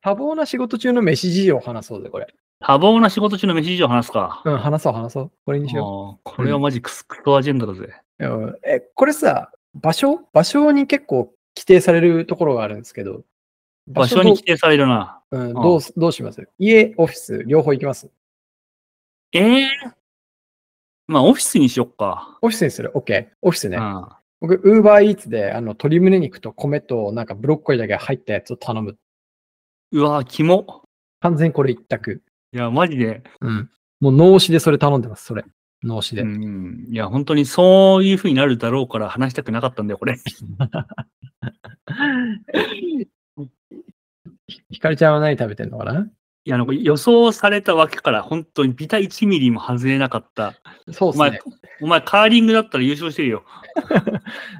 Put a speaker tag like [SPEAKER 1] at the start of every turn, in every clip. [SPEAKER 1] 多忙な仕事中の飯事情を話そうぜ、これ。
[SPEAKER 2] 多忙な仕事中の飯事情話すか。
[SPEAKER 1] うん、話そう、話そう。これにしよ
[SPEAKER 2] もうこれはマジクスクソアジェンダだぜ。
[SPEAKER 1] う。うんえ、これさ、場所場所に結構規定されるところがあるんですけど。
[SPEAKER 2] 場所に規定されるな。
[SPEAKER 1] どう,、うん、どうすどうします家、オフィス、両方行きます
[SPEAKER 2] ええまあ、オフィスにしよっか。
[SPEAKER 1] オフィスにする ?OK。オフィスね
[SPEAKER 2] う。ん。
[SPEAKER 1] 僕、ウーバーイーツで、あの、鶏胸肉と米と、なんかブロッコリーだけ入ったやつを頼む。
[SPEAKER 2] うわぁ、キモ。
[SPEAKER 1] 完全にこれ一択。
[SPEAKER 2] いや、マジで。
[SPEAKER 1] うん。もう脳死でそれ頼んでます、それ。脳死で。
[SPEAKER 2] うん。いや、本当にそういう風になるだろうから話したくなかったんだよ、これ。
[SPEAKER 1] ひかりちゃんは何食べてんのかない
[SPEAKER 2] や、なんか予想されたわけから、本当にビタ1ミリも外れなかった。
[SPEAKER 1] そう
[SPEAKER 2] お
[SPEAKER 1] ですね
[SPEAKER 2] 前。、お前、カーリングだったら優勝してるよ。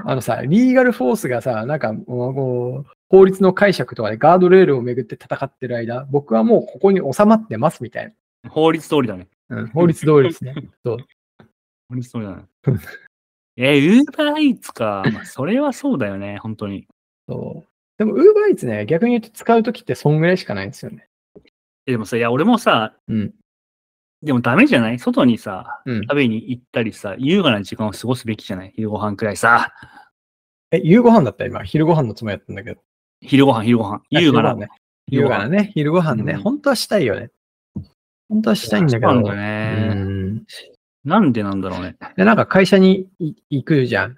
[SPEAKER 1] あのさ、リーガルフォースがさ、なんかもう、こう法律の解釈とかでガードレールをめぐって戦ってる間、僕はもうここに収まってますみたい
[SPEAKER 2] 法律通りだね。
[SPEAKER 1] な。うん、法律通りです ね。そう。
[SPEAKER 2] 法律通り だね。えー、ウーバーイーツか。まあ、それはそうだよね、本当に。
[SPEAKER 1] そうでも、ウーバーイーツね、逆に言うと使うときってそんぐらいしかないんですよね。
[SPEAKER 2] えでもさ、いや、俺もさ、
[SPEAKER 1] うん。
[SPEAKER 2] でもダメじゃない外にさ、
[SPEAKER 1] うん。
[SPEAKER 2] 食べに行ったりさ、優雅な時間を過ごすべきじゃない夕ご飯くらいさ。
[SPEAKER 1] え、夕ご飯だった今、昼ご飯のつもりだったんだけど。
[SPEAKER 2] 昼ご飯、昼ご飯。優雅
[SPEAKER 1] あ
[SPEAKER 2] な。
[SPEAKER 1] 昼ご飯ね。昼ご飯ね。昼ご飯ね。
[SPEAKER 2] うん
[SPEAKER 1] 本当はしたいよね。本当はしたいんだけど。
[SPEAKER 2] そうなんだよね
[SPEAKER 1] うん
[SPEAKER 2] なんでなんだろうね。
[SPEAKER 1] で、なんか会社にい行くじゃん。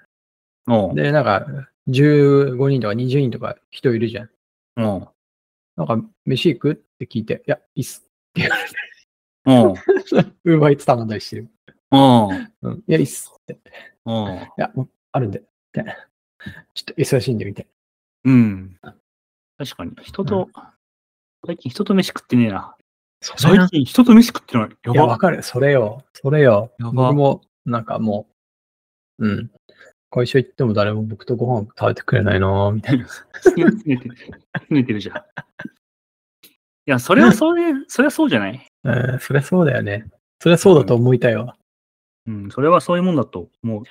[SPEAKER 2] おう
[SPEAKER 1] で、なんか、15人とか20人とか人いるじゃん。
[SPEAKER 2] おう
[SPEAKER 1] なんか、飯行くって聞いて、いや、いいっす。
[SPEAKER 2] おう
[SPEAKER 1] ウーバーイーツ頼んだりしてる。
[SPEAKER 2] おう
[SPEAKER 1] うん、いや、いいっすって。い
[SPEAKER 2] おう
[SPEAKER 1] や、もうあるんで。みたいなちょっと忙しいんで、みたい
[SPEAKER 2] うん。確かに。人と、最近人と飯食ってねえな。
[SPEAKER 1] な。そ
[SPEAKER 2] 最近人と飯食ってない。や
[SPEAKER 1] いや、
[SPEAKER 2] ば。
[SPEAKER 1] わかる。それよ。それよ。
[SPEAKER 2] やば
[SPEAKER 1] 僕も、なんかもう、うん。会社行っても誰も僕とご飯食べてくれないなぁ、みたい
[SPEAKER 2] すねすねてる。すねてるじゃん。いや、それはそれ、それはそうじゃない
[SPEAKER 1] な。うん、そりゃそうだよね。そりゃそうだと思いたいわ。
[SPEAKER 2] うん、それはそういうもんだと思
[SPEAKER 1] なん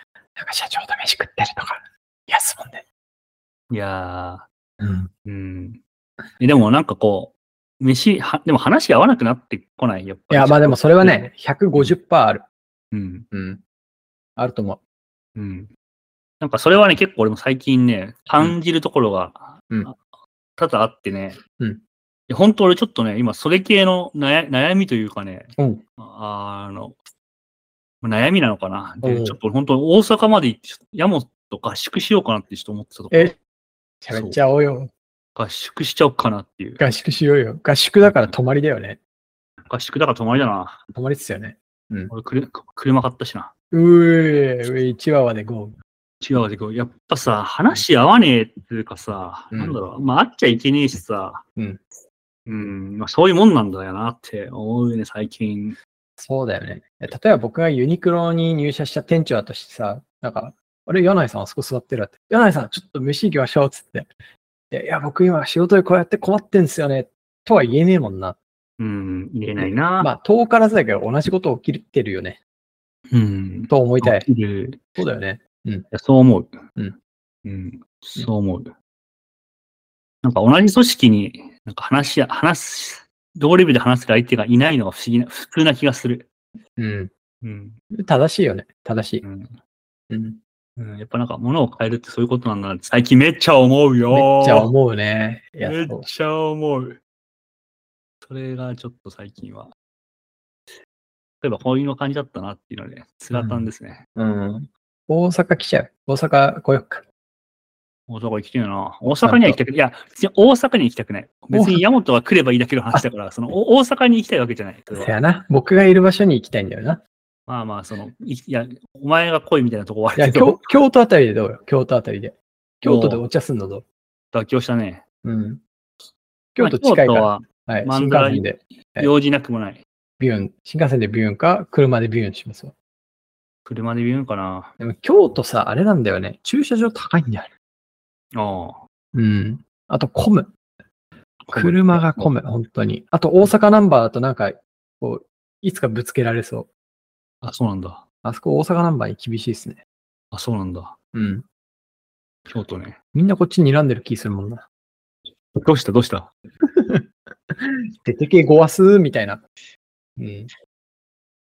[SPEAKER 1] か社長と飯食ってるとか、安もんで。
[SPEAKER 2] う。いや
[SPEAKER 1] うん。
[SPEAKER 2] ー、うん。えでもなんかこう、飯は、でも話合わなくなってこない、やっぱ
[SPEAKER 1] い
[SPEAKER 2] り。
[SPEAKER 1] や、まあでもそれはね、150%ある。
[SPEAKER 2] うん。
[SPEAKER 1] うん。あると思う。
[SPEAKER 2] うん。なんかそれはね、結構俺も最近ね、感じるところが、
[SPEAKER 1] うん
[SPEAKER 2] あ多々あってね。
[SPEAKER 1] うん
[SPEAKER 2] いや本当俺ちょっとね、今それ系の悩悩みというかね、
[SPEAKER 1] うん
[SPEAKER 2] ああの、悩みなのかな。
[SPEAKER 1] お
[SPEAKER 2] で、
[SPEAKER 1] う
[SPEAKER 2] ちょっと本当大阪まで行って、ちょっとヤモと合宿しようかなってちょっと思ってたとこ
[SPEAKER 1] え、喋っちゃおうよ。
[SPEAKER 2] 合宿しちゃおうかなっていう。
[SPEAKER 1] 合宿しようよ。合宿だから泊まりだよね。
[SPEAKER 2] 合宿だから泊まりだな。
[SPEAKER 1] 泊まりっすよね。
[SPEAKER 2] 俺くる、車買ったしな。
[SPEAKER 1] うーうえ、チワワでゴー。
[SPEAKER 2] 違うで、こうやっぱさ、話合わねえっていうかさ、
[SPEAKER 1] うん
[SPEAKER 2] なんだろう、まあ、会っちゃいけねえしさ、
[SPEAKER 1] うん。
[SPEAKER 2] うん、まあ、そういうもんなんだよなって思うね、最近。
[SPEAKER 1] そうだよね。え例えば僕がユニクロに入社した店長だとしてさ、なんか、あれ、柳井さんあそこ座ってるわって。柳井さん、ちょっと飯行きましょうっつって。でいや、僕今仕事でこうやって困ってんすよね。とは言えねえもんな。
[SPEAKER 2] うん、言えないな。
[SPEAKER 1] まあ、遠からずだけど同じこと起きてるよね。
[SPEAKER 2] うん。
[SPEAKER 1] と思いたい。
[SPEAKER 2] 起きるい
[SPEAKER 1] そうだよね。
[SPEAKER 2] やそう思う。
[SPEAKER 1] うん。
[SPEAKER 2] うん、そう思う。なんか同じ組織に、なんか話し、話す、同レベルで話す相手がいないのが不思議な、普通な気がする。
[SPEAKER 1] うん。
[SPEAKER 2] うん。
[SPEAKER 1] 正しいよね。正しい。
[SPEAKER 2] うん
[SPEAKER 1] うん。
[SPEAKER 2] うん、やっぱなんか物を変えるってそういうことなんだなって最近めっちゃ思うよー。
[SPEAKER 1] めっちゃ思うね。いや、
[SPEAKER 2] めっ
[SPEAKER 1] そう
[SPEAKER 2] ちゃ思う。それがちょっと最近は。例えばこういうの感じだったなっていうので、つらたんですね。
[SPEAKER 1] うん。大阪来ちゃう。大阪来よっか。
[SPEAKER 2] 大阪行きたいな。大阪には行きたくない。いや、別に大阪には行きたくない。別にヤモトが来ればいいだけの話だから、そのお大阪に行きたいわけじゃない。それ
[SPEAKER 1] せ
[SPEAKER 2] は
[SPEAKER 1] やな。僕がいる場所に行きたいんだよな。
[SPEAKER 2] まあまあ、その、いいや、お前が来いみたいなとこはいあ
[SPEAKER 1] や、
[SPEAKER 2] るけど
[SPEAKER 1] 京、京都あたりでどうよ。京都あたりで。京都でお茶すんのどう
[SPEAKER 2] 妥協したね。
[SPEAKER 1] うん。京都近いか
[SPEAKER 2] ま
[SPEAKER 1] ら、
[SPEAKER 2] あ
[SPEAKER 1] はい、
[SPEAKER 2] まん
[SPEAKER 1] 新
[SPEAKER 2] ざら
[SPEAKER 1] 幹線で
[SPEAKER 2] 京都は用事なくもない。
[SPEAKER 1] ビューン、新幹線でビューンか、車でビューンしますわ。
[SPEAKER 2] 車で言うのかな。
[SPEAKER 1] でも京都さ、あれなんだよね。駐車場高いんだよね。
[SPEAKER 2] ああ。
[SPEAKER 1] うん。あと、混む。車が混む、本当に。あと、大阪ナンバーだとなんか、こう、いつかぶつけられそう。
[SPEAKER 2] あ、そうなんだ。
[SPEAKER 1] あそこ大阪ナンバーに厳しいですね。
[SPEAKER 2] あ、そうなんだ。
[SPEAKER 1] うん。
[SPEAKER 2] 京都ね。
[SPEAKER 1] みんなこっちに睨んでる気するもんな。
[SPEAKER 2] どうしたどうした
[SPEAKER 1] 出てけごわすみたいな。うん。
[SPEAKER 2] い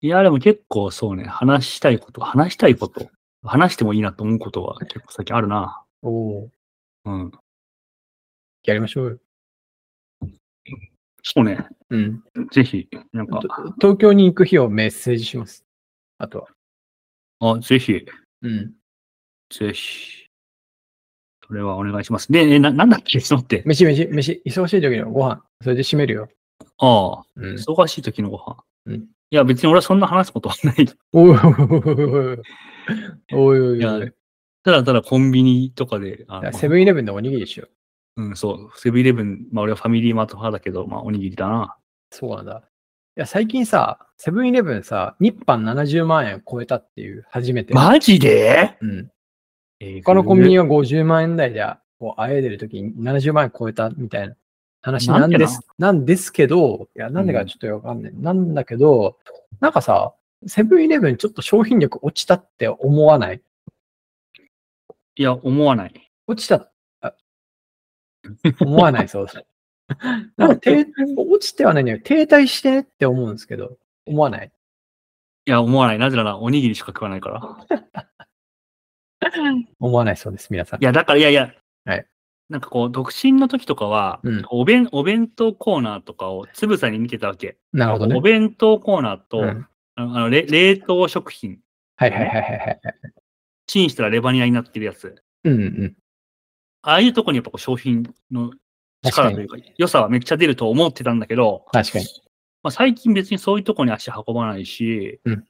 [SPEAKER 2] や、でも結構そうね、話したいこと、話したいこと、話してもいいなと思うことは結構最近あるな。
[SPEAKER 1] おお
[SPEAKER 2] うん。
[SPEAKER 1] やりましょうよ。
[SPEAKER 2] そうね、
[SPEAKER 1] うん。
[SPEAKER 2] ぜひ、なんか
[SPEAKER 1] と、東京に行く日をメッセージします。あとは。
[SPEAKER 2] あ、ぜひ、
[SPEAKER 1] うん。
[SPEAKER 2] ぜひ。それはお願いします。で、え、な、なんだっけち ょっと待って。
[SPEAKER 1] 飯、飯、飯、忙しい時のご飯。それで締めるよ。
[SPEAKER 2] ああ、
[SPEAKER 1] うん。
[SPEAKER 2] 忙しい時のご飯。
[SPEAKER 1] うん
[SPEAKER 2] いや、別に俺はそんな話すことはない。
[SPEAKER 1] おいおいおいおいおいおいおい
[SPEAKER 2] いただただコンビニとかで、あ
[SPEAKER 1] いや
[SPEAKER 2] の
[SPEAKER 1] セブンイレブンでおにぎりでしよう。
[SPEAKER 2] うん、そう、セブンイレブン、まあ俺はファミリーマート派だけど、まあおにぎりだな。
[SPEAKER 1] そうなんだ。いや、最近さ、セブンイレブンさ、日販70万円超えたっていう、初めて。
[SPEAKER 2] マジで
[SPEAKER 1] うん。
[SPEAKER 2] えー
[SPEAKER 1] 他のコンビニは50万円台で、こう、あえいでる時に70万円超えたみたいな話なんです。なんですけど、いや、なんでかちょっとわかんない、なんだけど、なんかさ、セブンイレブンちょっと商品力落ちたって思わない
[SPEAKER 2] いや、思わない。
[SPEAKER 1] 落ちた、あ思わ ない、そうそう。なんか停落ちてはないんだけど、停滞してねって思うんですけど、思わない。
[SPEAKER 2] いや、思わない。なぜなら、おにぎりしか食わないから。
[SPEAKER 1] 思わないそうです、皆さん
[SPEAKER 2] い。や、だから、いやいや、
[SPEAKER 1] はい
[SPEAKER 2] なんかこう、独身の時とかは、
[SPEAKER 1] うん
[SPEAKER 2] お弁、お弁当コーナーとかをつぶさに見てたわけ。
[SPEAKER 1] なるほどね
[SPEAKER 2] お。弁当コーナーと、
[SPEAKER 1] うん
[SPEAKER 2] あのあのれ冷凍食品、
[SPEAKER 1] はいはいはいはいはい。
[SPEAKER 2] チンしたらレバニラになってるやつ。
[SPEAKER 1] うんうん。
[SPEAKER 2] ああいうとこにやっぱこう商品の力というか、良さはめっちゃ出ると思ってたんだけど、
[SPEAKER 1] 確かに。
[SPEAKER 2] まあ、最近別にそういうとこに足運ばないし、
[SPEAKER 1] うん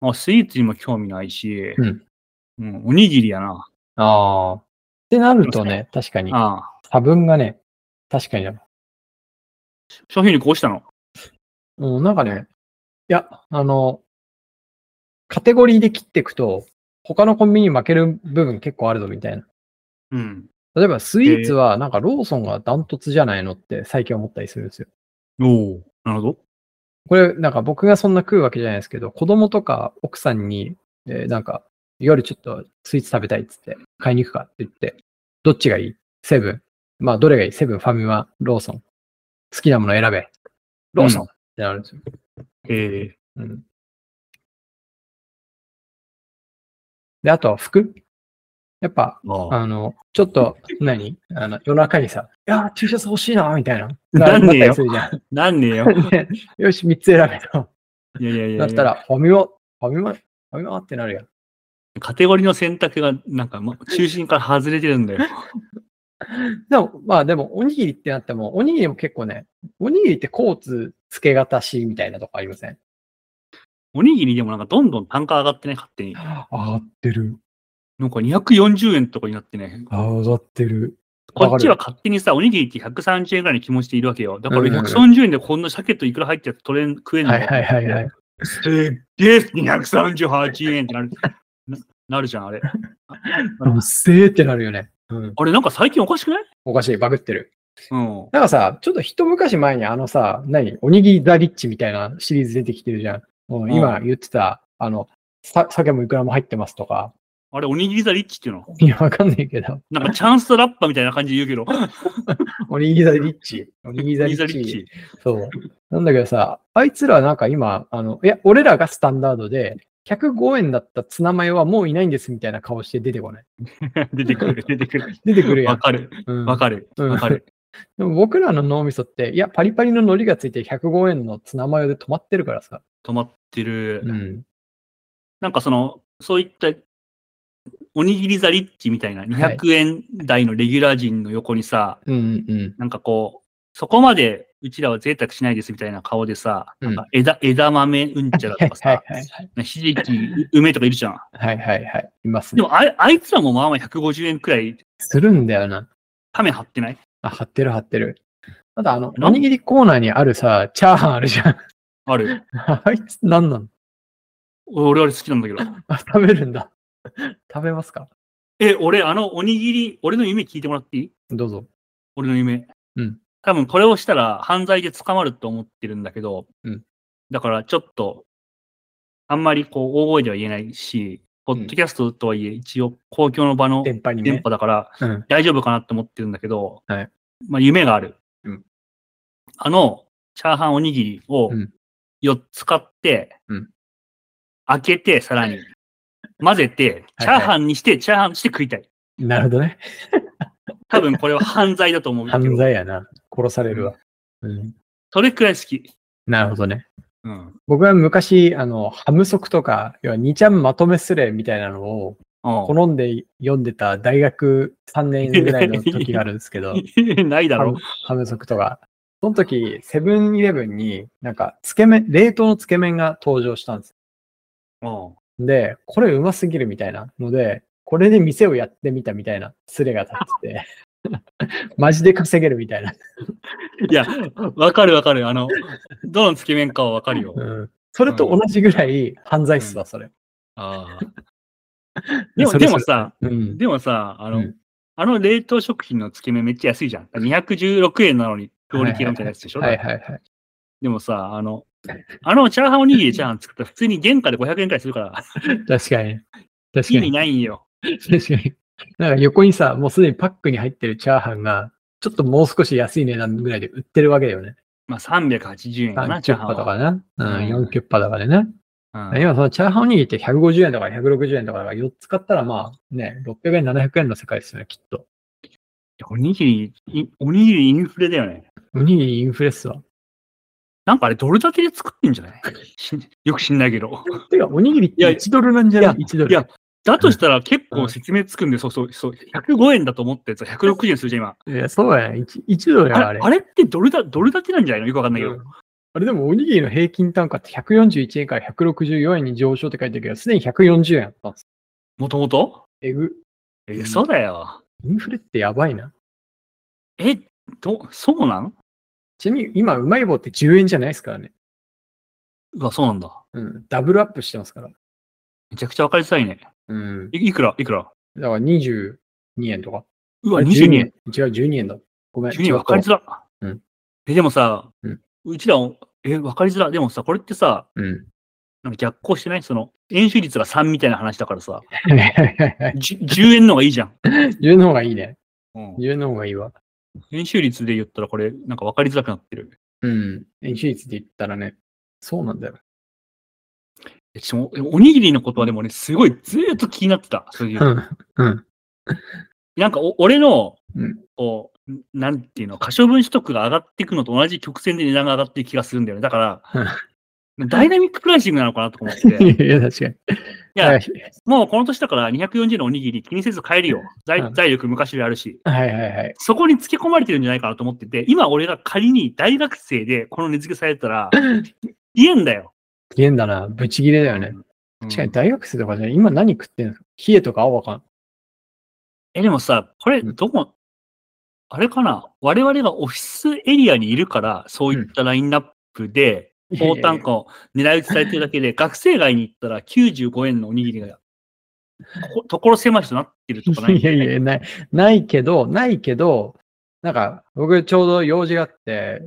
[SPEAKER 2] まあ、スイーツにも興味ないし、
[SPEAKER 1] うん
[SPEAKER 2] うんおにぎりやな。
[SPEAKER 1] ああ。ってなるとね、確かに。
[SPEAKER 2] ああ
[SPEAKER 1] 差分がね、確かにだ。
[SPEAKER 2] 商品にこうしたの。
[SPEAKER 1] うん、なんかね、いや、あの、カテゴリーで切っていくと、他のコンビニに負ける部分結構あるぞみたいな。
[SPEAKER 2] うん。
[SPEAKER 1] 例えばスイーツはなんかローソンがダントツじゃないのって最近思ったりするんですよ。
[SPEAKER 2] おおなるほど。
[SPEAKER 1] これなんか僕がそんな食うわけじゃないですけど、子供とか奥さんに、えーなんか夜ちょっとスイーツ食べたいっつって買いに行くかって言って、どっちがいいセブン。まあどれがいいセブン、ファミマ、ローソン。好きなもの選べ。ローソン
[SPEAKER 2] う
[SPEAKER 1] ってなるんですよ。
[SPEAKER 2] ええ
[SPEAKER 1] うん。で、あとは服やっぱ
[SPEAKER 2] ああ
[SPEAKER 1] あの、ちょっと、何あの、夜中にさ、いやー、T シャツ欲しいな、み たいな。
[SPEAKER 2] なんでよ
[SPEAKER 1] ったりするじゃん
[SPEAKER 2] なんね えよ。
[SPEAKER 1] でよし、3つ選べと。
[SPEAKER 2] いやいやいやいや
[SPEAKER 1] だったら、ファミマ、ファミマ、ファミマってなるやん。
[SPEAKER 2] カテゴリーの選択が、なんか、ま、中心から外れてるんだよ。
[SPEAKER 1] でも、まあでも、おにぎりってなっても、おにぎりも結構ね、おにぎりってコーツ付けがたしみたいなとこありません
[SPEAKER 2] おにぎりでもなんか、どんどん単価上がってね、勝手に。
[SPEAKER 1] 上がってる。
[SPEAKER 2] なんか240円とかになってね。
[SPEAKER 1] 上がってる。
[SPEAKER 2] こっちは
[SPEAKER 1] わ
[SPEAKER 2] 勝手にさ、おにぎりって130円ぐらいの気持ちでいるわけよ。だから
[SPEAKER 1] うんうんうん
[SPEAKER 2] 130円でこんな鮭といくら入ってやつ取れん食えんの、
[SPEAKER 1] はいはいはいはい。
[SPEAKER 2] すっげえ238円ってなる。ななるじゃん、あれ。ああ
[SPEAKER 1] うっせーってなるよね。うん。
[SPEAKER 2] あれ、なんか最近おかしくない
[SPEAKER 1] おかしい、バグってる。
[SPEAKER 2] うん。
[SPEAKER 1] なんかさ、ちょっと一昔前にあのさ、何おにぎりザリッチみたいなシリーズ出てきてるじゃん。もう今言ってた、あの、さ酒もいくらも入ってますとか。
[SPEAKER 2] あれ、おにぎりザリッチっていうの
[SPEAKER 1] いや、わかんないけど。
[SPEAKER 2] なんかチャンスとラッパみたいな感じで言うけど。
[SPEAKER 1] おにぎりザリッチ。おにぎりザリッチ。
[SPEAKER 2] おにぎり
[SPEAKER 1] そう。なんだけどさ、あいつらなんか今、あの、いや、俺らがスタンダードで、105円だったツナマヨはもういないんですみたいな顔して出てこない。
[SPEAKER 2] ザリッチ 出てくる、出てくる。
[SPEAKER 1] 出てくるや
[SPEAKER 2] わ
[SPEAKER 1] ん。
[SPEAKER 2] かる、
[SPEAKER 1] うん
[SPEAKER 2] わかる、
[SPEAKER 1] うん
[SPEAKER 2] わかる。
[SPEAKER 1] でも僕らの脳みそって、いや、パリパリの海苔がついて105円のツナマヨで止まってるからさ。
[SPEAKER 2] 止まってる。
[SPEAKER 1] ん。
[SPEAKER 2] なんかその、そういった、おにぎりザリッチみたいな200円台のレギュラー陣の横にさ、
[SPEAKER 1] うんうん。
[SPEAKER 2] なんかこう、そこまでうちらは贅沢しないですみたいな顔でさ、
[SPEAKER 1] うん
[SPEAKER 2] なんか枝枝豆うんちゃらとか
[SPEAKER 1] はい
[SPEAKER 2] さ、
[SPEAKER 1] はいはい。
[SPEAKER 2] ひじき、梅とかいるじゃん。
[SPEAKER 1] はいはいはい。います
[SPEAKER 2] で
[SPEAKER 1] ね。
[SPEAKER 2] もあいあいつらもまあまあ150円くらい、
[SPEAKER 1] するんだよな。
[SPEAKER 2] ため張ってない
[SPEAKER 1] あ、貼ってる貼ってる。ただあの、
[SPEAKER 2] なん
[SPEAKER 1] おにぎりコーナーにあるさ、チャーハンあるじゃん。
[SPEAKER 2] ある。
[SPEAKER 1] あいつ何なの
[SPEAKER 2] 俺あれ好きなんだけど。
[SPEAKER 1] あ、食べるんだ。食べますか
[SPEAKER 2] え、俺あのおにぎり、俺の夢聞いてもらっていい
[SPEAKER 1] どうぞ。
[SPEAKER 2] 俺の夢。
[SPEAKER 1] うん。
[SPEAKER 2] 多分これをしたら犯罪で捕まると思ってるんだけど、
[SPEAKER 1] うん
[SPEAKER 2] だからちょっと、あんまりこう大声では言えないし、ポッドキャストとはいえ一応公共の場の
[SPEAKER 1] 電波に
[SPEAKER 2] 電
[SPEAKER 1] ね。
[SPEAKER 2] 波だから、
[SPEAKER 1] うん。
[SPEAKER 2] 大丈夫かなって思ってるんだけど、
[SPEAKER 1] はい
[SPEAKER 2] まあ夢がある。
[SPEAKER 1] うん
[SPEAKER 2] あの、チャーハンおにぎりを
[SPEAKER 1] うん
[SPEAKER 2] 4つ買って、
[SPEAKER 1] うん
[SPEAKER 2] 開けて、さらに、混ぜて、
[SPEAKER 1] はい
[SPEAKER 2] チャーハンにして、チャーハンして食いたい。
[SPEAKER 1] なるほどね。
[SPEAKER 2] 多分これは犯罪だと思うけど。
[SPEAKER 1] 犯罪やな。殺されるわ。うん。
[SPEAKER 2] それくらい好き。
[SPEAKER 1] なるほどね。
[SPEAKER 2] うん。
[SPEAKER 1] 僕は昔、あの、ハム足とか、要は2ちゃんまとめスレみたいなのを
[SPEAKER 2] こ
[SPEAKER 1] 好んで読んでた大学3年ぐらいの時があるんですけ ど、
[SPEAKER 2] のないだ
[SPEAKER 1] ハ
[SPEAKER 2] ろ
[SPEAKER 1] ムハム足とか。その時、セブンイレブンになんか、つけ麺、冷凍のつけ麺が登場したんです。
[SPEAKER 2] う。うん
[SPEAKER 1] で、これうますぎるみたいなので、これで店をやってみたみたいなスレが立って て、マジで稼げるみたいな。
[SPEAKER 2] いや、わかるわかる。あの、どのつけ麺かはわかるよ。
[SPEAKER 1] うん。それと同じぐらい犯罪っすわ、それ。
[SPEAKER 2] ああ。でも、
[SPEAKER 1] それ
[SPEAKER 2] でもさ、
[SPEAKER 1] うん。
[SPEAKER 2] でもさ、あの、
[SPEAKER 1] うん
[SPEAKER 2] あの冷凍食品のつけ麺めっちゃ安いじゃん。216円なのにクオリティがみたいなやつでしょ、
[SPEAKER 1] はいはいはい。
[SPEAKER 2] でもさ、あの、あのチャーハンおにぎりチャーハン作ったら普通に原価で500円くらいするから、
[SPEAKER 1] 確かに。確か
[SPEAKER 2] 意
[SPEAKER 1] に
[SPEAKER 2] 味。ないんよ。
[SPEAKER 1] 確かに。なんか横にさ、もうすでにパックに入ってるチャーハンが、ちょっともう少し安い値段ぐらいで売ってるわけだよね。
[SPEAKER 2] まあ380円かな、
[SPEAKER 1] 3
[SPEAKER 2] チ
[SPEAKER 1] キ
[SPEAKER 2] ャ
[SPEAKER 1] ュ
[SPEAKER 2] ー
[SPEAKER 1] ッパ
[SPEAKER 2] ハ
[SPEAKER 1] と
[SPEAKER 2] ンは。
[SPEAKER 1] かね。う
[SPEAKER 2] うん
[SPEAKER 1] ん、4キュッパとかでね。
[SPEAKER 2] うん
[SPEAKER 1] 今そのチャーハンおにぎりって150円とか160円とかだから4つ買ったらまあね、600円、700円の世界ですよね、きっと。
[SPEAKER 2] おにぎり、いおにぎりインフレだよね。
[SPEAKER 1] おにぎりインフレっすわ。
[SPEAKER 2] なんかあれ、ドル建てで作ってんじゃないしよく知んないけど。
[SPEAKER 1] てか、おにぎりっ
[SPEAKER 2] いや
[SPEAKER 1] て1ドルなんじゃない ?1 ドル。
[SPEAKER 2] いや、だとしたら結構説明つくんで、そうそう、そう、105円だと思ってた、160円するじゃん、今。
[SPEAKER 1] いや、そうやね。1, 1ドルやな
[SPEAKER 2] あ
[SPEAKER 1] あれ
[SPEAKER 2] れ。あれってドルだ、ドル建てなんじゃないのよくわかんないけ
[SPEAKER 1] う
[SPEAKER 2] ど
[SPEAKER 1] ん。あれでもおにぎりの平均単価って141円から164円に上昇って書いてあるけど、すでに140円あったんです。
[SPEAKER 2] もともと
[SPEAKER 1] えぐ。
[SPEAKER 2] え、そうだよ。
[SPEAKER 1] インフレってやばいな。
[SPEAKER 2] え、ど、そうなん
[SPEAKER 1] ちなみに今、うまい棒って10円じゃないですからね。
[SPEAKER 2] うわ、そうなんだ。
[SPEAKER 1] うん。ダブルアップしてますから。
[SPEAKER 2] めちゃくちゃ分かりづらいね。
[SPEAKER 1] うん。
[SPEAKER 2] いいくらいくら
[SPEAKER 1] だから22円とか。
[SPEAKER 2] うわ、22円。。
[SPEAKER 1] 違う、12円だ。ごめん。
[SPEAKER 2] 12円分かりづら。
[SPEAKER 1] うん
[SPEAKER 2] え、でもさ、
[SPEAKER 1] うん
[SPEAKER 2] うちら、え、分かりづら。でもさ、これってさ、
[SPEAKER 1] うん。
[SPEAKER 2] なんか逆行してないその、円周率が3みたいな話だからさ、
[SPEAKER 1] 10
[SPEAKER 2] じゅ10円の方がいいじゃん。
[SPEAKER 1] 円の方がいいね。
[SPEAKER 2] うん
[SPEAKER 1] 10円の方がいいわ。
[SPEAKER 2] 円周率で言ったらこれ、なんか分かりづらくなってる。
[SPEAKER 1] うん。演習率で言ったらね、そうなんだよ。
[SPEAKER 2] えちょおにぎりのことはでもね、すごいずーっと気になってた。そういうう。
[SPEAKER 1] ん。うん。
[SPEAKER 2] なんかお、俺の
[SPEAKER 1] うん、。
[SPEAKER 2] こう、なんていうの、可処分取得が上がっていくのと同じ曲線で値段が上がっていく気がするんだよね。だから、ダイナミックプライシングなのかなとか思って
[SPEAKER 1] いや、確かに。
[SPEAKER 2] いや、
[SPEAKER 1] はい
[SPEAKER 2] もうこの年だから240のおにぎり気にせず買えるよ。
[SPEAKER 1] う
[SPEAKER 2] 財
[SPEAKER 1] ん
[SPEAKER 2] 財力昔よりあるし。
[SPEAKER 1] はいはいはい。
[SPEAKER 2] そこに付け込まれてるんじゃないかなと思ってて、今俺が仮に大学生でこの値付けされたら、言えんだよ。
[SPEAKER 1] 消えんだな。ブチ切れだよね。確かに大学生とかじゃ、今何食ってんの冷えとか青か
[SPEAKER 2] え、でもさ、これ、
[SPEAKER 1] うん
[SPEAKER 2] どこ、あれかな我々がオフィスエリアにいるから、そういったラインナップで、
[SPEAKER 1] ん。
[SPEAKER 2] 高単価を狙い撃ちされてるだけで、学生街に行ったら95円のおにぎりが、こところ狭い人になってるとかない
[SPEAKER 1] いやいや、ない、ないけど、ないけど、なんか、僕ちょうど用事があって、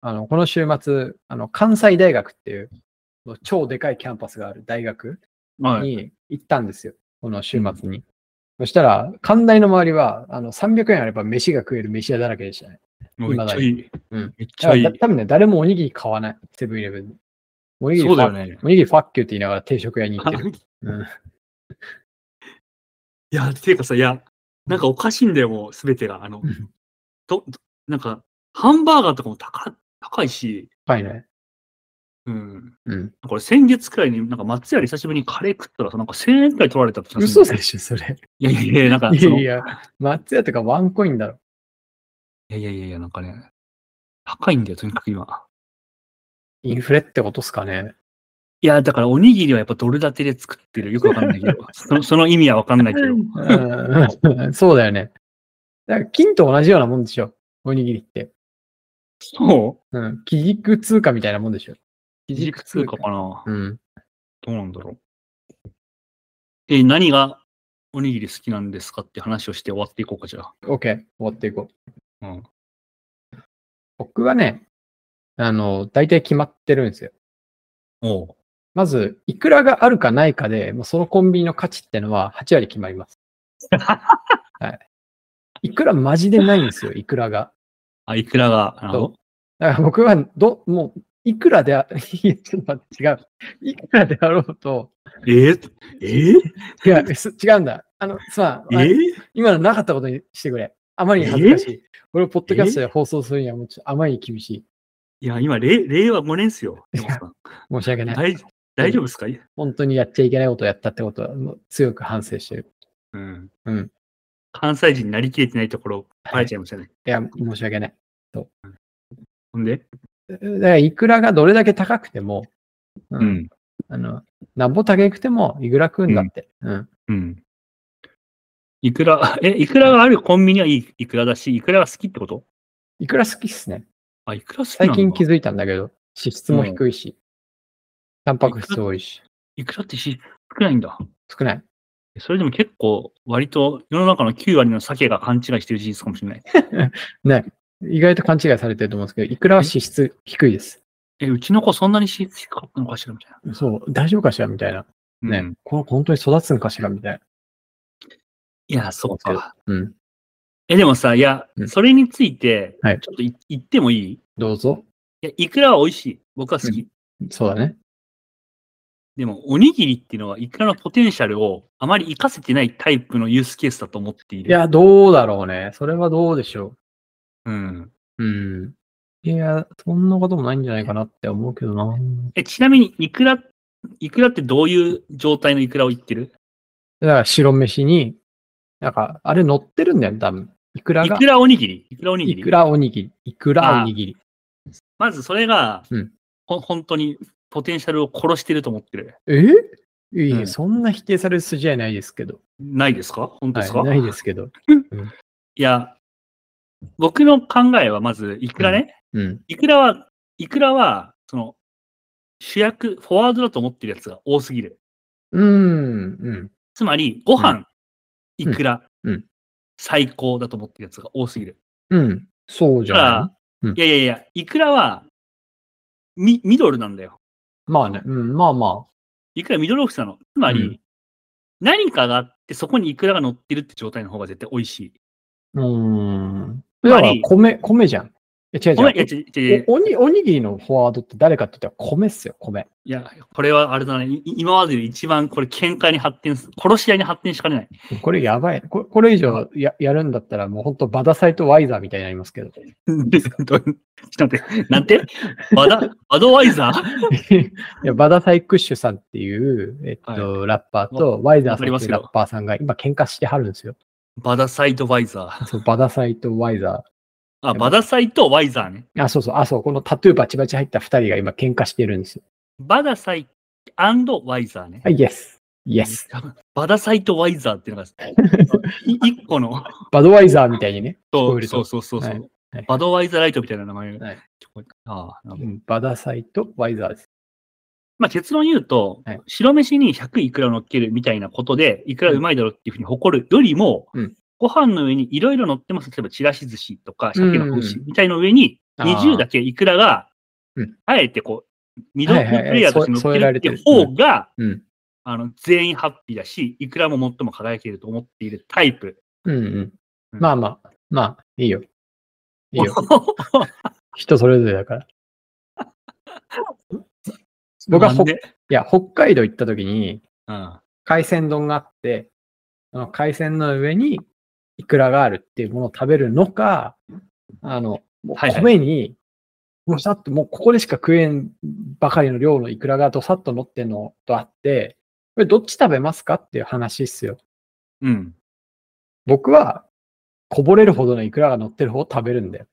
[SPEAKER 1] あの、この週末、あの、関西大学っていう、超でかいキャンパスがある大学
[SPEAKER 2] はい。
[SPEAKER 1] に行ったんですよ。この週末に。そしたら、関大の周りは、あの、300円あれば飯が食える飯屋だらけでしたね。
[SPEAKER 2] もうめっちゃいい。
[SPEAKER 1] うん
[SPEAKER 2] めっちゃいい
[SPEAKER 1] だ。多分ね、誰もおにぎり買わない。セブンイレブンで。おにぎり
[SPEAKER 2] そうだよ
[SPEAKER 1] ファ
[SPEAKER 2] ね。
[SPEAKER 1] おにぎりファッキューって言いながら定食屋に行って る。うん
[SPEAKER 2] いや、ていうかさ、いや、なんかおかしいんだよ、もう、すべてが。あの
[SPEAKER 1] うん、
[SPEAKER 2] ど、どなんか、ハンバーガーとかも高、高いし、
[SPEAKER 1] 高いね。
[SPEAKER 2] うん。
[SPEAKER 1] うん。
[SPEAKER 2] これ先月くらいに、なんか松屋で久しぶりにカレー食ったらさ、なんか1000円くらい取られたって話
[SPEAKER 1] 嘘でしょ、それ。
[SPEAKER 2] いやいやいや、なんか
[SPEAKER 1] い
[SPEAKER 2] そ
[SPEAKER 1] や
[SPEAKER 2] の、い
[SPEAKER 1] いや、松屋とかワンコインだろ。
[SPEAKER 2] やいやいやいや、なんかね、高いんだよ、とにかく今。
[SPEAKER 1] インフレってことっすかね。
[SPEAKER 2] いや、だからおにぎりはやっぱドル建てで作ってる。よくわかんない けど、そのその意味はわかんないけど。
[SPEAKER 1] うん そうだよね。だから金と同じようなもんでしょ。おにぎりって。
[SPEAKER 2] そ
[SPEAKER 1] うん。基軸通貨みたいなもんでしょ。
[SPEAKER 2] う
[SPEAKER 1] 基
[SPEAKER 2] 基軸通貨かな
[SPEAKER 1] うん。
[SPEAKER 2] どうなんだろう。え、何がおにぎり好きなんですかって話をして終わっていこうか、じゃあ。
[SPEAKER 1] OK。終わっていこう。
[SPEAKER 2] うん。
[SPEAKER 1] 僕はね、あの、大体決まってるんですよ。
[SPEAKER 2] おう。
[SPEAKER 1] まず、いくらがあるかないかで、もうそのコンビニの価値ってのは8割決まり ます。はい。いくらマジでないんですよ、いくらが。
[SPEAKER 2] あ、いくらが、なるほど。
[SPEAKER 1] だから僕はど、もう、いくらであ、 いやちょっと待って、違う。いくらであろうと、
[SPEAKER 2] えー、えー、
[SPEAKER 1] いや、す違うんだ。あの、すまん
[SPEAKER 2] え
[SPEAKER 1] あ
[SPEAKER 2] ー、
[SPEAKER 1] 今のなかったことにしてくれ。あまりに恥ずかしい。これをポッドキャストで放送するにはもうちょっとあまりに厳しい。
[SPEAKER 2] いや、今、令令和5年っすよ。
[SPEAKER 1] いや
[SPEAKER 2] 山本
[SPEAKER 1] 申し訳
[SPEAKER 2] さん
[SPEAKER 1] ない。
[SPEAKER 2] 大大丈夫ですか、
[SPEAKER 1] 本当にやっちゃいけないことをやったってことはもう強く反省してる。
[SPEAKER 2] うん、
[SPEAKER 1] うん。
[SPEAKER 2] 関西人になりきれてないところ、バレちゃいましたね。
[SPEAKER 1] いや、申し訳ない。
[SPEAKER 2] ほんで、
[SPEAKER 1] だから、いくらがどれだけ高くても、う。
[SPEAKER 2] うんん、
[SPEAKER 1] あの、なんぼ高くても、いくら食うんだって。うん。
[SPEAKER 2] うん。いくら、 え、いくらがあるコンビニはいいいくらだし、いくらが好きってこと
[SPEAKER 1] いくら好きっすね。
[SPEAKER 2] あ、いくら好きな
[SPEAKER 1] 最
[SPEAKER 2] んだ
[SPEAKER 1] 近気づいたんだけど、脂質も低いし、タンパク質多いし、
[SPEAKER 2] いくらってし少ないんだ。
[SPEAKER 1] 少ない。
[SPEAKER 2] それでも結構、割と世の中の9割の鮭が勘違いしてる事実かもしれない。
[SPEAKER 1] ね。意外と勘違いされてると思うんですけど、いくらは脂質低いです。
[SPEAKER 2] え、うちの子そんなに脂質低かったのかしらみたい
[SPEAKER 1] そう、大丈夫かしらみたいな。
[SPEAKER 2] な。
[SPEAKER 1] ね、
[SPEAKER 2] うん
[SPEAKER 1] この本当に育つのかしらみたい
[SPEAKER 2] いや、そうか。
[SPEAKER 1] な。うん。
[SPEAKER 2] え、でもさ、いや
[SPEAKER 1] う、ん
[SPEAKER 2] それについて、
[SPEAKER 1] はい
[SPEAKER 2] ちょっとい言ってもいい
[SPEAKER 1] どうぞ。
[SPEAKER 2] いや、いくらは美味しい。僕は好き。
[SPEAKER 1] そうだね。
[SPEAKER 2] でも、おにぎりっていうのは、いくらのポテンシャルをあまり活かせてないタイプのユースケースだと思っている。
[SPEAKER 1] い、や、どうだろうね。それはどうでしょ
[SPEAKER 2] うん。
[SPEAKER 1] う。うん。いや、そんなこともないんじゃないかなって思うけどな。
[SPEAKER 2] え、ちなみに、いくら、いくらってどういう状態のいくらを言ってる
[SPEAKER 1] だから白飯に、なんか、あれ乗ってるんだよ、多分。いくら
[SPEAKER 2] い
[SPEAKER 1] が
[SPEAKER 2] く。らおにぎりいくらおにぎ
[SPEAKER 1] い
[SPEAKER 2] り
[SPEAKER 1] くらおにぎり。いくらおにぎり。
[SPEAKER 2] まずそれが、
[SPEAKER 1] うん
[SPEAKER 2] ほ本当にポテンシャルを殺してると思ってる。
[SPEAKER 1] えいや、
[SPEAKER 2] うん
[SPEAKER 1] そんな否定される筋合いないですけど。
[SPEAKER 2] ないですか本当ですか、、
[SPEAKER 1] はい、ないいですけど。
[SPEAKER 2] や、僕の考えはまず、いくらね、
[SPEAKER 1] うん。
[SPEAKER 2] いくらは、いくらは、その、主役、フォワードだと思ってるやつが多すぎる。
[SPEAKER 1] うん。うん。
[SPEAKER 2] つまり、ご飯、い
[SPEAKER 1] ん
[SPEAKER 2] くら、
[SPEAKER 1] うん
[SPEAKER 2] 最高だと思ってるやつが多すぎる。
[SPEAKER 1] うん。そうじ
[SPEAKER 2] だ
[SPEAKER 1] ゃ
[SPEAKER 2] か
[SPEAKER 1] な
[SPEAKER 2] ら、
[SPEAKER 1] うん
[SPEAKER 2] いやいやいや、いくらは、み、ミドルなんだよ。
[SPEAKER 1] いまあね。うん。まあま
[SPEAKER 2] いくらミドルオフィスなの。つまり、
[SPEAKER 1] うん
[SPEAKER 2] 何かがあって、そこにいくらが乗ってるって状態の方が絶対美味しい。
[SPEAKER 1] あ。うーん。
[SPEAKER 2] つ
[SPEAKER 1] だか
[SPEAKER 2] ま
[SPEAKER 1] ら
[SPEAKER 2] り、
[SPEAKER 1] 米、米じゃん。え、違う
[SPEAKER 2] ごめん、い
[SPEAKER 1] 違
[SPEAKER 2] や、
[SPEAKER 1] う。
[SPEAKER 2] ちちち
[SPEAKER 1] おおにおにぎりのフォワードって誰かって言ったら米っすよ、米。
[SPEAKER 2] いや、これはあれだね。い今までで一番これ喧嘩に発展す、殺し合いに発展しかねない。
[SPEAKER 1] これやばい。ここれ以上ややるんだったら、もう本当バダサイとワイザーみたいになります けど。
[SPEAKER 2] ちょっと待って、なんてバダ、バドワイザー
[SPEAKER 1] いやバダサイクッシュさんっていう、えっと、ラッパーとワイザーさんっていうラッパーさんが今喧嘩してはるんですよ。
[SPEAKER 2] バダサイドワイザー。
[SPEAKER 1] そうバダサイとワイザ
[SPEAKER 2] あ、バダサイとワイザーね。
[SPEAKER 1] ー。あ、そうそう、あ、そう、このタトゥーバチバチ入った二人が今喧嘩してるんですよ。
[SPEAKER 2] バダサイワイザーね。
[SPEAKER 1] はい、イエス。イエス。
[SPEAKER 2] バダサイとワイザーっていうの が、い一個の、
[SPEAKER 1] バドワイザーみたいにね。
[SPEAKER 2] そ
[SPEAKER 1] こ
[SPEAKER 2] う
[SPEAKER 1] れと
[SPEAKER 2] そうそうそうそう、
[SPEAKER 1] はいはい
[SPEAKER 2] バドワイザーライトみたいな名前が。
[SPEAKER 1] はい
[SPEAKER 2] ああなるほど
[SPEAKER 1] うんバダサイとワイザーです。
[SPEAKER 2] まあ、結論言うと、
[SPEAKER 1] はい
[SPEAKER 2] 白飯に100いくら乗っけるみたいなことで、いくらうまいだろうっていうふうに誇るよりも、
[SPEAKER 1] うん
[SPEAKER 2] ご飯の上にいろいろ乗ってます。例えば、ちらし寿司とか、
[SPEAKER 1] うん
[SPEAKER 2] 鮭の寿司みたいの上に、
[SPEAKER 1] あー
[SPEAKER 2] 20だけいくらが
[SPEAKER 1] うん、
[SPEAKER 2] あえてこう、ミドルプレイヤーとして
[SPEAKER 1] はいはいはい
[SPEAKER 2] 乗
[SPEAKER 1] そ添え
[SPEAKER 2] っ
[SPEAKER 1] ら
[SPEAKER 2] ける
[SPEAKER 1] れ
[SPEAKER 2] って
[SPEAKER 1] て
[SPEAKER 2] い
[SPEAKER 1] る
[SPEAKER 2] う方が、
[SPEAKER 1] うん。
[SPEAKER 2] あの、全員ハッピーだし、いくらも最も輝けると思っているタイプ。
[SPEAKER 1] うんうん。
[SPEAKER 2] うん
[SPEAKER 1] まあまあ、まあ、いいよ。いい よ。
[SPEAKER 2] 僕
[SPEAKER 1] 人それぞれだから。僕はほい
[SPEAKER 2] で、
[SPEAKER 1] や、北海道行った時に、
[SPEAKER 2] うん、
[SPEAKER 1] 海鮮丼があって、あの海鮮の上にイクラがあるっていうものを食べるのか、あの、もう
[SPEAKER 2] はいはい
[SPEAKER 1] 米に、もうさっと、もうここでしか食えんばかりの量のイクラがどさっと乗ってんのとあって、これどっち食べますかっていう話っすよ。
[SPEAKER 2] うん。
[SPEAKER 1] 僕は、こぼれるほどのイクラが乗ってる方を食べるんだよ。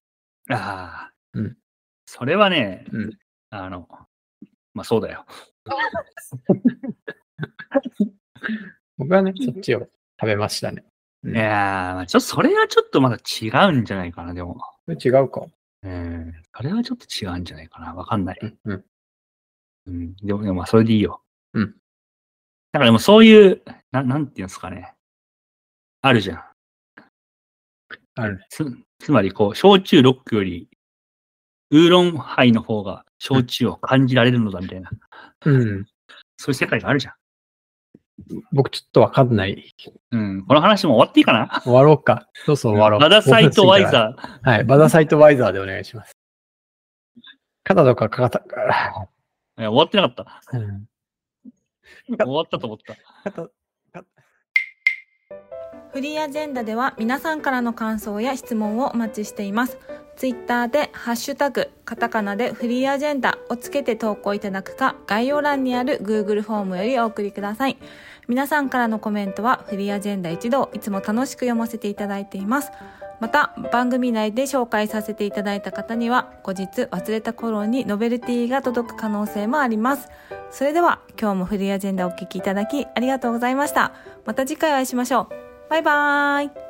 [SPEAKER 2] ああ、
[SPEAKER 1] うん
[SPEAKER 2] それはね、
[SPEAKER 1] うん
[SPEAKER 2] あの、まあそうだよ。
[SPEAKER 1] 僕はね、そっちを食べましたね。うん
[SPEAKER 2] いやーまあ、ちょっとそれはちょっとまだ違うんじゃないかな、でも。
[SPEAKER 1] これ違うか。
[SPEAKER 2] うん。それはちょっと違うんじゃないかな、わかんない。
[SPEAKER 1] うんうん。
[SPEAKER 2] うん。でも、でもまあそれでいいよ。
[SPEAKER 1] うん。
[SPEAKER 2] だからでもそういう、ななんていうんですかね。あるじゃん。
[SPEAKER 1] あるね。
[SPEAKER 2] つつまり、こう、焼酎ロックより、ウーロンハイの方が焼酎を感じられるのだみたいな、
[SPEAKER 1] うん。
[SPEAKER 2] そういう世界があるじゃん。
[SPEAKER 1] 僕ちょっとわかんない。
[SPEAKER 2] うん。この話も終わっていいかな
[SPEAKER 1] 終わろうか。そうそう終わろう。
[SPEAKER 2] バダサイトワイ
[SPEAKER 1] ー。
[SPEAKER 2] ザー。
[SPEAKER 1] はい。バダサイトワイザーでお願いします。肩とかかかた、
[SPEAKER 2] いや終わってなかった。
[SPEAKER 1] うん
[SPEAKER 2] 終わったと思った。
[SPEAKER 1] 肩、
[SPEAKER 3] フリーアジェンダでは皆さんからの感想や質問をお待ちしています。ツイッターでハッシュタグ、カタカナでフリーアジェンダをつけて投稿いただくか、概要欄にある Google フォームよりお送りください。皆さんからのコメントはフリーアジェンダ一同、いつも楽しく読ませていただいています。また、番組内で紹介させていただいた方には、後日忘れた頃にノベルティが届く可能性もあります。それでは、今日もフリーアジェンダをお聞きいただきありがとうございました。また次回お会いしましょう。バイバーイ